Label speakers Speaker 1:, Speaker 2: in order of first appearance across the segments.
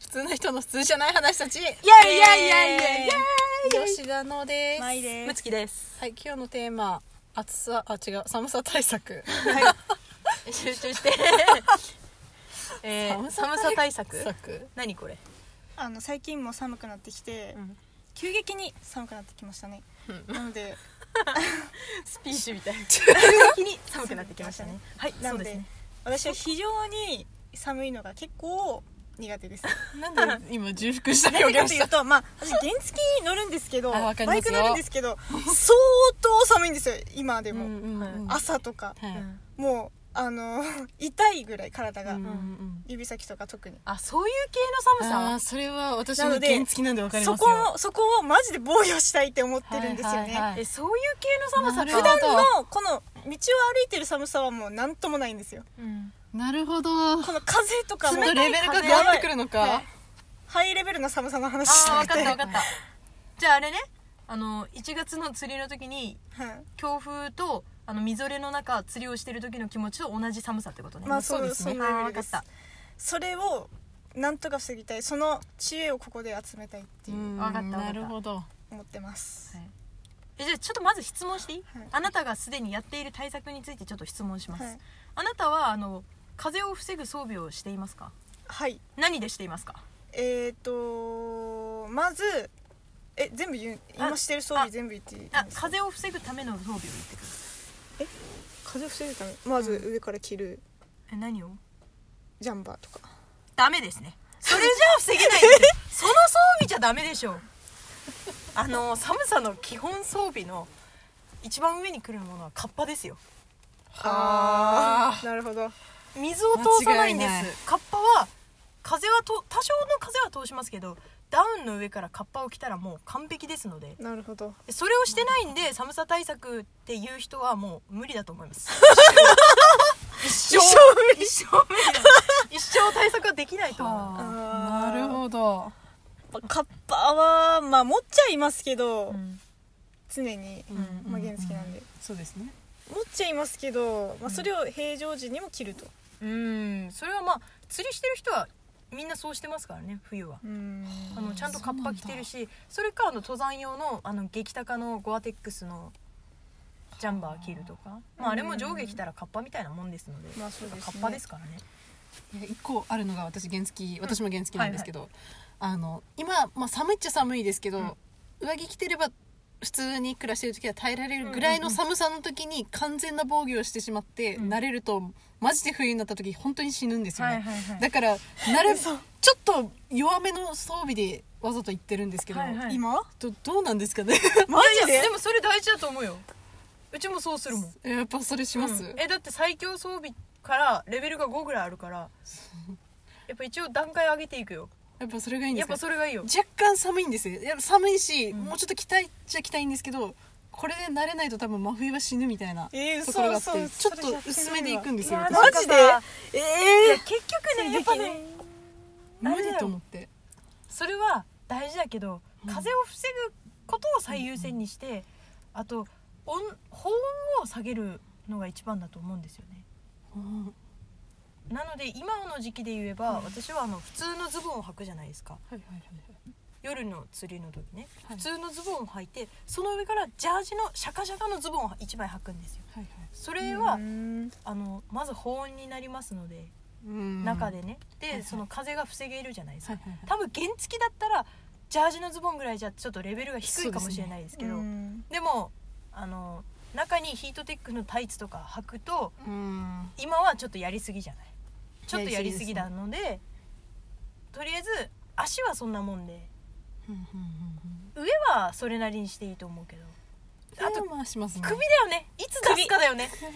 Speaker 1: 通の人の普通じゃない話たちイエイイエ
Speaker 2: イイエイイエイイエ
Speaker 1: 吉田のです、
Speaker 2: まいで
Speaker 3: むつきです
Speaker 1: はい、今日のテーマ暑さあ違う寒さ対策
Speaker 3: 集中してえー、
Speaker 1: 寒さ
Speaker 3: 寒さ対策
Speaker 1: 策
Speaker 3: 何これ
Speaker 2: あの最近も寒くなってきて、
Speaker 3: うん
Speaker 2: 急激に寒くなってきましたね、な ので
Speaker 3: スピーチみたいな急に寒くなってきました ねはい
Speaker 2: な
Speaker 3: そう
Speaker 2: の
Speaker 3: です
Speaker 2: で、
Speaker 3: ね
Speaker 2: 私は非常に寒いのが結構苦手です
Speaker 1: なんで今重複した
Speaker 2: なぜ
Speaker 1: 表
Speaker 2: か
Speaker 1: 現
Speaker 2: と
Speaker 1: し
Speaker 2: いう
Speaker 1: た
Speaker 2: とまあ私原付に乗るんですけど
Speaker 1: あわかります
Speaker 2: バイ
Speaker 1: よ
Speaker 2: ク乗るんですけど相当寒いんですよ今で
Speaker 1: うん
Speaker 2: も、
Speaker 1: うんうん
Speaker 2: 朝とか
Speaker 1: はい
Speaker 2: もうあの 痛いぐらい体
Speaker 1: う
Speaker 2: が、
Speaker 1: んうんうん
Speaker 2: 指先とか特に
Speaker 3: あそういう系の寒
Speaker 1: あ
Speaker 3: さ
Speaker 1: ーそれは私
Speaker 2: な
Speaker 1: の
Speaker 2: ので
Speaker 1: 原付なんでわかり
Speaker 2: そ
Speaker 1: ます
Speaker 2: こ
Speaker 1: よ
Speaker 2: をそこをマジで防御したいって思ってるんですよ
Speaker 1: は
Speaker 2: ね、
Speaker 1: いはいはい
Speaker 3: えそういう系の寒さ
Speaker 1: なる
Speaker 2: 普
Speaker 1: ほど
Speaker 2: 段のこの道を歩いてる寒さはもう何ともないんですよ
Speaker 3: うん
Speaker 1: なるほどち
Speaker 2: この風とか
Speaker 1: ょっ
Speaker 2: も
Speaker 1: とレベルが変わってくるのか
Speaker 2: ねハイレベルな寒さの話し
Speaker 3: あ
Speaker 2: な
Speaker 3: ー
Speaker 2: く
Speaker 3: 分かってた分かったじゃああれねあの1月の釣りの時に
Speaker 2: はい
Speaker 3: 強風とあのみぞれの中釣りをしてる時の気持ちと同じ寒さってことね、
Speaker 2: まあ
Speaker 3: あ
Speaker 2: そう
Speaker 1: そう
Speaker 2: で
Speaker 1: ですす
Speaker 2: ね
Speaker 1: ね
Speaker 2: そんなレベル
Speaker 3: 分
Speaker 2: で
Speaker 3: かっ
Speaker 2: す
Speaker 3: た
Speaker 2: それをなんとか防ぎたいその知恵をここで集めたいって
Speaker 1: う
Speaker 2: いうん
Speaker 3: わかったわかった
Speaker 1: なるほど
Speaker 2: 思ってます、
Speaker 3: えじゃあちょっとまず質問していい、
Speaker 2: はい
Speaker 3: あなたがすでにやっている対策についてちょっと質問します、
Speaker 2: はい
Speaker 3: あなたはあの風邪を防ぐ装備をしていますか
Speaker 2: はい
Speaker 3: 何でしていますか
Speaker 2: えーとまずえ全部言う今してる装備
Speaker 3: あ
Speaker 2: 全部言っていいです
Speaker 3: あ
Speaker 2: か
Speaker 3: 風邪を防ぐための装備を言ってくる
Speaker 2: 風を防ぐためまず上から着る
Speaker 3: え何を
Speaker 2: ジャンバーとか
Speaker 3: ダメですねそれじゃあ防 げないですその装備じゃダメでしょうあの寒さの基本装備の一番上に来るものはカッパですよ
Speaker 2: ああなるほど
Speaker 3: 水を通さないんで
Speaker 1: 間違いない
Speaker 3: すカッパは風はと多少の風は通しますけどダウンの上からカッパを着たらもう完璧ですので
Speaker 2: なるほど
Speaker 3: それをしてないんで寒さ対策っていう人はもう無理だと思います 一生一生無理だ一生対策はできないと思う
Speaker 1: はあ
Speaker 2: あー
Speaker 1: なるほど
Speaker 2: カッパはまあ持っちゃいますけど、
Speaker 3: うん
Speaker 2: 常に、
Speaker 1: ん
Speaker 2: まあ、原付なんで、
Speaker 1: そうですね
Speaker 2: 持っちゃいますけど、まあ、それを平常時にも着ると
Speaker 3: うんそれはまあ釣りしてる人はみんなそうしてますからね冬は。
Speaker 2: うん
Speaker 3: あのちゃんとカッパ着てるしそれかあの登山用のあの激高のゴアテックスのジャンバー着るとか、まあ、あれも上下着たらカッパみたいなもんですので、
Speaker 2: まあそうですね
Speaker 3: カッパですからね
Speaker 1: いや一個あるのが私原付私も原付なんですけど、あの今、まあ、寒いっちゃ寒いですけど、
Speaker 3: うん
Speaker 1: 上着着てれば普通に暮らしてる時は耐えられるぐらいの寒さの時に完全な防御をしてしまって、
Speaker 3: うん
Speaker 1: 慣れるとマジで冬になった時本当に死ぬんですよね、
Speaker 3: はいはいはい
Speaker 1: だからな るち
Speaker 2: 嘘
Speaker 1: ょっと弱めの装備でわざと言ってるんですけど、
Speaker 3: はいはい
Speaker 2: 今
Speaker 1: どどうなんですかね
Speaker 2: マジ
Speaker 3: い
Speaker 2: で
Speaker 3: やでもそれ大事だと思うようちもそうするもん
Speaker 1: やっぱそれします、
Speaker 3: うんえだって最強装備からレベルが5ぐらいあるからやっぱ一応段階上げていくよ
Speaker 1: やっぱそれがいいんで
Speaker 3: や
Speaker 1: す
Speaker 3: っ
Speaker 1: か
Speaker 3: ぱそれがいいよ
Speaker 1: 若干寒いんですよいや寒いし、もうちょっと着たいっちゃ着たいんですけどこれで慣れないと多分真冬は死ぬみたいなと
Speaker 2: えー
Speaker 1: ころがあって、
Speaker 2: 嘘
Speaker 1: ち
Speaker 2: 嘘
Speaker 1: ょっ
Speaker 2: それやってないわ
Speaker 1: と薄めでいくんですよ
Speaker 3: いや
Speaker 1: 私
Speaker 3: なん
Speaker 2: マ
Speaker 3: か
Speaker 2: ジで
Speaker 3: さ
Speaker 2: え
Speaker 3: いや
Speaker 2: え
Speaker 3: 結局ねやっぱね
Speaker 1: 無理だと思って
Speaker 3: それは大事だけど風邪を防ぐことを最優先にして、あと温保温を下げるのが一番だと思うんですよね
Speaker 1: うん
Speaker 3: なので今の時期で言えば、私はあの普通のズボンを履くじゃないですか
Speaker 1: はいはいはい
Speaker 3: 夜の釣りの時ね、
Speaker 1: はい
Speaker 3: 普通のズボンを履いてその上からジャージのシャカシャカのズボンを1枚履くんですよ
Speaker 1: はいはい
Speaker 3: それは、
Speaker 2: うん
Speaker 3: あのまず保温になりますので、
Speaker 1: うん
Speaker 3: 中でねで、
Speaker 1: はいはい
Speaker 3: その風が防げるじゃないですか
Speaker 1: はいはいはい
Speaker 3: 多分原付だったらジャージのズボンぐらいじゃちょっとレベルが低いかもしれないですけどで
Speaker 2: うん
Speaker 3: もあの中にヒートテックのタイツとか履くと
Speaker 1: うん
Speaker 3: 今はちょっとやりすぎじゃないちょっとやりすぎなのでとりあえず足はそんなもんで
Speaker 1: うんうん
Speaker 3: 上はそれなりにしていいと思うけど
Speaker 1: うん
Speaker 3: あと
Speaker 1: 手は回しますね
Speaker 3: 首だよねいつ出すかだよね
Speaker 1: 首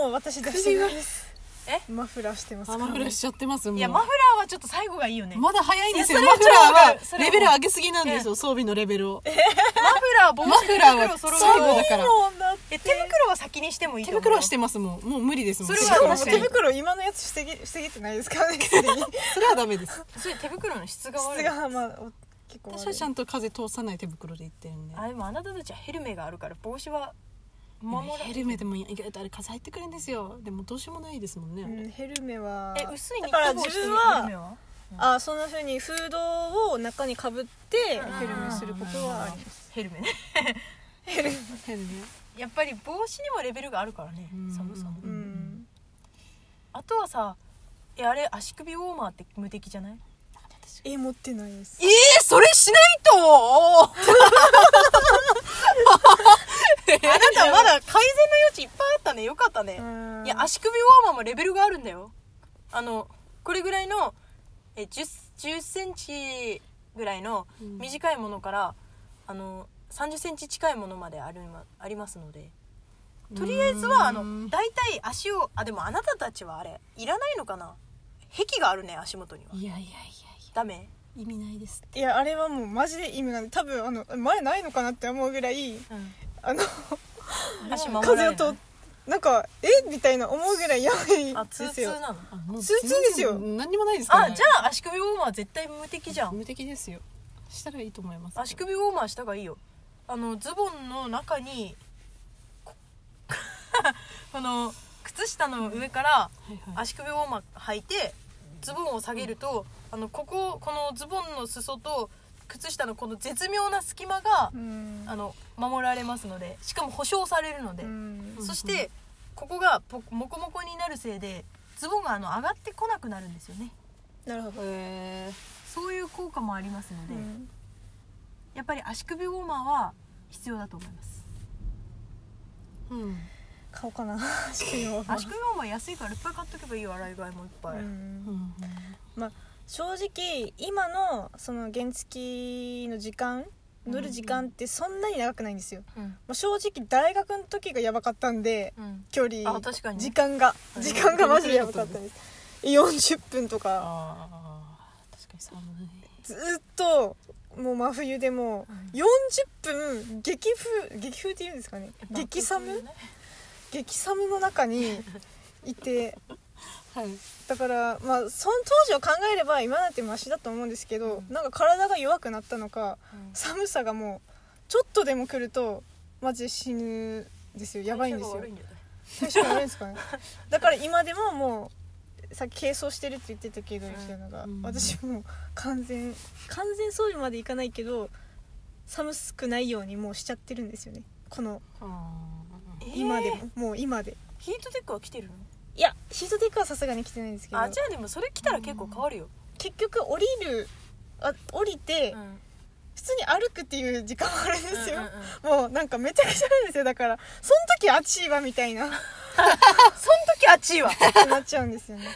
Speaker 1: は
Speaker 2: もう私出してないです
Speaker 3: え
Speaker 2: マフラーしてます
Speaker 1: あマフラーしちゃってますもう
Speaker 3: いやマフラーはちょっと最後がいいよねマ
Speaker 1: まだ早いんですよ
Speaker 3: い
Speaker 1: マ
Speaker 3: やそ
Speaker 1: フ
Speaker 3: れはわかる
Speaker 1: ラー
Speaker 3: そ
Speaker 1: は
Speaker 3: れは
Speaker 1: レベル上げすぎなんですよ装備のレベルを
Speaker 3: フラー帽子
Speaker 1: マフラーは
Speaker 3: 手袋揃
Speaker 1: 最
Speaker 3: え
Speaker 1: 後だ
Speaker 3: て
Speaker 1: から
Speaker 2: もうだって
Speaker 3: え手袋は先にしてもいい
Speaker 1: 手
Speaker 3: と思う
Speaker 1: 袋はしてますもうもう無理ですもん
Speaker 3: それ
Speaker 2: し
Speaker 3: は
Speaker 2: かも
Speaker 3: 確か
Speaker 2: 手
Speaker 3: に
Speaker 2: 袋今のやつ防げ防げてないです からねすでに
Speaker 1: それはダメです
Speaker 3: それ手袋の質が悪
Speaker 2: 質
Speaker 3: い
Speaker 2: がまあお結構
Speaker 1: 私
Speaker 2: 悪
Speaker 1: はいちゃんと風通さない手袋で行ってるんで
Speaker 3: あでもあなたたちはヘルメがあるから帽子は守ら
Speaker 1: ヘルメでも意外とあれ風入ってくるんですよでもどうしようもないですもんね、
Speaker 2: うんヘルメは
Speaker 3: え薄いニ
Speaker 2: だ
Speaker 3: ッ
Speaker 2: から
Speaker 3: ト帽
Speaker 2: 自
Speaker 3: 子と
Speaker 2: 分
Speaker 3: ヘル
Speaker 2: は
Speaker 3: メは
Speaker 2: あそんな風にフードを中にかぶってヘルメすることはあります
Speaker 3: ヘルメね
Speaker 2: ヘルメ
Speaker 1: 変ね
Speaker 3: やっぱり帽子にもレベルがあるからね
Speaker 1: うん
Speaker 3: 寒さの
Speaker 2: う
Speaker 1: うんん
Speaker 3: あとはさえあれ足首ウォーマーって無敵じゃない
Speaker 2: え持ってないです
Speaker 3: えー、それしないと あなたまだ改善の余地いっぱいあったねよかったね、
Speaker 2: うん
Speaker 3: いや足首ウォーマーもレベルがあるんだよあのこれぐらいのえ1 0センチぐらいの
Speaker 1: うん
Speaker 3: 短いものから、あの3 0センチ近いものまであるまありますのでとりあえずはあ
Speaker 1: う
Speaker 3: の
Speaker 1: ん
Speaker 3: 大体足をあでもあなたたちはあれいらないのかな壁があるね足元にはい
Speaker 1: やいやいやい
Speaker 3: ダメ
Speaker 1: や意味ないです
Speaker 2: いやあれはもうマジで意味ない多分あの前ないのかなって思うぐらいあの
Speaker 3: 足守ら
Speaker 2: 風
Speaker 3: れな
Speaker 2: を
Speaker 3: い
Speaker 2: となんかえみたいな思うぐらいやばい
Speaker 3: あ
Speaker 2: で
Speaker 3: 通
Speaker 2: す
Speaker 3: 通
Speaker 2: よ
Speaker 3: なの
Speaker 1: あもう
Speaker 2: ツーツーですよ
Speaker 1: 全然何にもないですから
Speaker 3: あじゃあ足首ウォーマー絶対無敵じゃん
Speaker 1: 無敵ですよしたらいいと思います
Speaker 3: 足首ウォーマーした方がいいよあのズボンの中にこ この靴下の上から
Speaker 1: はいはい
Speaker 3: 足首ウォーマー履いてズボンを下げるとあのこここのズボンの裾と靴下のこの絶妙な隙間が
Speaker 2: うん
Speaker 3: あの守られますのでしかも保証されるので、
Speaker 2: うん
Speaker 3: そしてここがポモコモコになるせいでズボンがあの上がってこなくなるんですよね
Speaker 2: なるほど、
Speaker 1: え
Speaker 3: そういう効果もありますの
Speaker 2: う
Speaker 3: で、
Speaker 2: ん
Speaker 3: やっぱり足首ウォーマーは必要だと思います
Speaker 1: ーうん
Speaker 2: 買おうかな 足首を
Speaker 3: 足首ウォーマー安いからいっぱい買っとけばいいよ洗い替えもいっぱ
Speaker 2: うん
Speaker 3: い、
Speaker 1: うんうん
Speaker 2: 正直今のその原付の時間乗る時間ってそんなに長くないんですよ、
Speaker 3: うん
Speaker 2: まあ、正直大学の時がやばかったんで
Speaker 3: うん
Speaker 2: 距離
Speaker 3: あ確かにね
Speaker 2: 時間が
Speaker 3: うん
Speaker 2: 時間がマジでやばかったんです40分とか
Speaker 1: あー確かに寒い
Speaker 2: ずーっともう真冬でも
Speaker 3: う
Speaker 2: 40分激風激風っていうんですかね激寒激寒の中にいて
Speaker 1: はい
Speaker 2: だからまあその当時を考えれば今なんてマシだと思うんですけど、なんか体が弱くなったのか寒さがもうちょっとでも来るとマジで死ぬですよやばいんですよ最初が悪いんですかねだから今でももうさっき軽装してるって言ってたけど、
Speaker 3: うん
Speaker 2: 吉野が
Speaker 1: うん
Speaker 2: 私もう完全完全装備までいかないけど寒くないようにもうしちゃってるんですよねこの今
Speaker 3: 今
Speaker 2: で
Speaker 3: で
Speaker 2: も
Speaker 3: も、、
Speaker 2: もう今で
Speaker 3: ヒートテックは来てるの
Speaker 2: いやヒートテックはさすがに着てないんですけど
Speaker 3: あじゃあでもそれ来たら結構変わるよ、
Speaker 2: 結局降りるあ降りて、普通に歩くっていう時間もあるんですよ、
Speaker 3: うんうんうん
Speaker 2: もうなんかめちゃくちゃなんですよだからその時あっちいわみたいな
Speaker 3: その時あっちいわ
Speaker 2: なっちゃうんですよね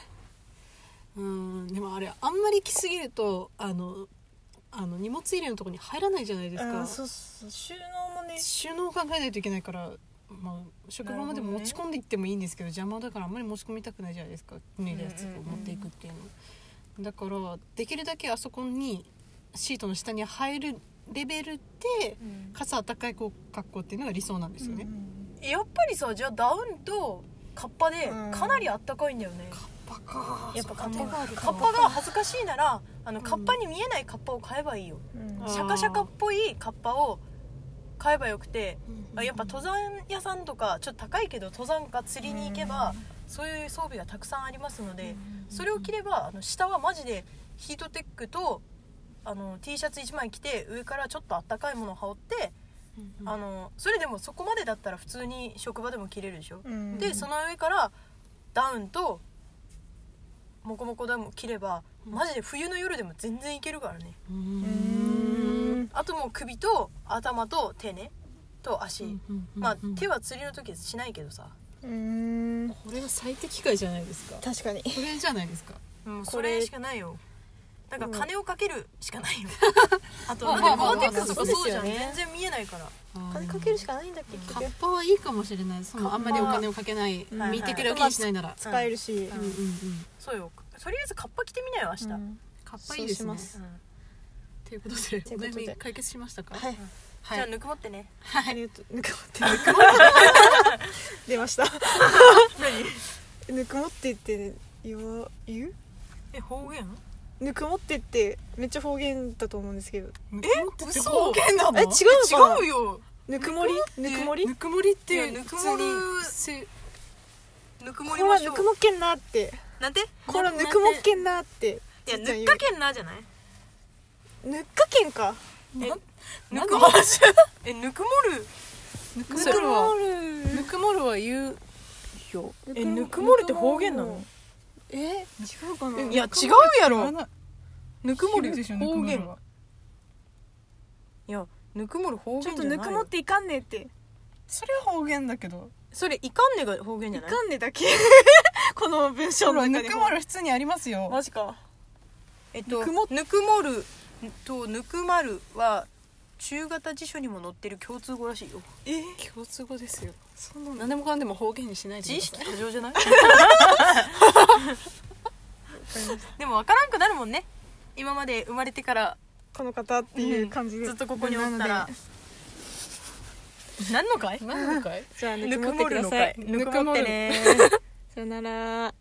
Speaker 1: うんでもあれあんまり来すぎるとあのあの荷物入れのとこに入らないじゃないです
Speaker 2: う
Speaker 1: か
Speaker 2: んそうそう収納もね
Speaker 1: 収納を考えないといけないから、まあ、職場まで持ち込んでいってもいいんですけど邪魔だからあんまり持ち込みたくないじゃないですか脱いだやつを持っていくっていうの、だからできるだけあそこにシートの下に入るレベルで傘あったかいこう格好っていうのが理想なんですよね、
Speaker 2: うん
Speaker 3: やっぱりさじゃあダウンとカッパでかなりあったかいんだよね、
Speaker 1: バカ
Speaker 2: やっぱカッパ
Speaker 1: そうある
Speaker 3: カ
Speaker 1: か
Speaker 3: ッパが恥ずかしいならあのカッパに見えないカッパを買えばいいよ、
Speaker 2: うん
Speaker 1: あ
Speaker 3: シャカシャカっぽいカッパを買えばよくてあやっぱ登山屋さんとかちょっと高いけど登山か釣りに行けばそういう装備がたくさんありますのでそれを着ればあの下はマジでヒートテックとあの T シャツ1枚着て上からちょっとあったかいものを羽織って
Speaker 1: うん
Speaker 3: あのそれでもそこまでだったら普通に職場でも着れるでしょ
Speaker 2: うん
Speaker 3: でその上からダウンとモコモコダウンも着ればマジで冬の夜でも全然いけるからね
Speaker 1: う
Speaker 2: うんん
Speaker 3: あともう首と頭と手ねと足、まあ手
Speaker 1: は
Speaker 3: は釣りの時しないけどさ、
Speaker 2: うん
Speaker 1: これが最適解じゃないですか
Speaker 2: 確かに
Speaker 1: これじゃないですか
Speaker 3: うん、
Speaker 2: こ
Speaker 3: そ
Speaker 2: れ
Speaker 3: れしかないよだから金をかけるしかないよあと
Speaker 1: ま
Speaker 3: だ
Speaker 1: あ
Speaker 3: って
Speaker 1: まあ
Speaker 3: ボ
Speaker 1: まあ
Speaker 3: ーテックスとかそうじゃん、
Speaker 2: そうですよね
Speaker 3: 全然見えないから
Speaker 2: 金かけるしかないんだっけ結
Speaker 1: カ
Speaker 2: 局
Speaker 1: ッパはいいかもしれないそのあんまりお金をかけない
Speaker 2: ッパは
Speaker 1: 見てくれを気にしないなら、
Speaker 2: 使えるし
Speaker 1: うんうんうん
Speaker 3: そうよとりあえずカッパ着てみなよ明日、
Speaker 2: う
Speaker 3: うん
Speaker 2: ん
Speaker 1: カッパいいですね
Speaker 2: そうしま
Speaker 1: ということで
Speaker 2: いう
Speaker 1: お
Speaker 2: ことで
Speaker 1: 悩み解決しましたか
Speaker 2: はい
Speaker 1: は
Speaker 3: じゃあ
Speaker 1: い
Speaker 3: ぬくもってね
Speaker 2: ありがとうぬくもってぬくもって 出ましたぬくもってって言わ言う
Speaker 3: え方言
Speaker 2: ぬくもってってめっちゃ方言だと思うんですけど
Speaker 1: え
Speaker 3: 嘘な
Speaker 2: え違うのかな
Speaker 3: 違うよ
Speaker 2: ぬくもりぬくもり
Speaker 1: ぬくもりって
Speaker 3: いやぬくもり
Speaker 1: 普通にせ
Speaker 3: ぬくも
Speaker 2: こ
Speaker 3: り
Speaker 2: れ
Speaker 3: ま
Speaker 2: は
Speaker 3: し
Speaker 2: ぬ
Speaker 3: ょう
Speaker 2: くもっけんなって
Speaker 3: なんて
Speaker 2: これはぬくもっけんなって
Speaker 4: いやぬっかけんなじゃない
Speaker 2: ぬっかけんか
Speaker 3: ぬくもる えぬくもる
Speaker 1: ぬく
Speaker 2: ぬ
Speaker 1: も
Speaker 2: く
Speaker 1: るは
Speaker 2: もる
Speaker 1: ぬくもるは言うよ
Speaker 3: えぬくもるって方言なの
Speaker 2: え違うかない
Speaker 3: や違うやろぬくもる
Speaker 1: でしょ
Speaker 3: 方
Speaker 1: ぬくも
Speaker 3: 言
Speaker 1: るはい
Speaker 3: やぬくもる方言
Speaker 2: ち
Speaker 3: じ
Speaker 2: ょ
Speaker 3: ゃ
Speaker 2: っ
Speaker 3: な
Speaker 2: と
Speaker 3: い
Speaker 2: ぬくもっていかんねって
Speaker 1: それは方言だけど
Speaker 3: それいかんねが方言じゃ
Speaker 2: い
Speaker 3: ない
Speaker 2: かんねだけ この文章
Speaker 1: ほ
Speaker 2: の
Speaker 1: ら
Speaker 2: 中
Speaker 1: ぬ
Speaker 2: で
Speaker 1: くもる普通にありますよ
Speaker 3: ジかえっと
Speaker 2: ぬ
Speaker 3: ぬ
Speaker 2: く
Speaker 3: く
Speaker 2: も
Speaker 3: もるとぬくまるは中型辞書にも載ってる共通語らしいよ
Speaker 2: え
Speaker 1: 共通語ですよ
Speaker 2: そんなの
Speaker 1: 何でもかんでも方言にしないで
Speaker 3: 自
Speaker 1: く
Speaker 3: 意
Speaker 1: ださい
Speaker 3: 識過剰じゃないでも分からんくなるもんね今まで生まれてから
Speaker 2: この方っていう感じで、
Speaker 3: ずっとここにおったら何のかい
Speaker 1: 何回
Speaker 2: じゃあぬ
Speaker 3: ぬ
Speaker 2: くも
Speaker 3: くも
Speaker 2: ってく
Speaker 3: る
Speaker 2: だ
Speaker 3: の
Speaker 2: さ
Speaker 3: か
Speaker 2: い
Speaker 3: いぬくもってね
Speaker 2: さよなら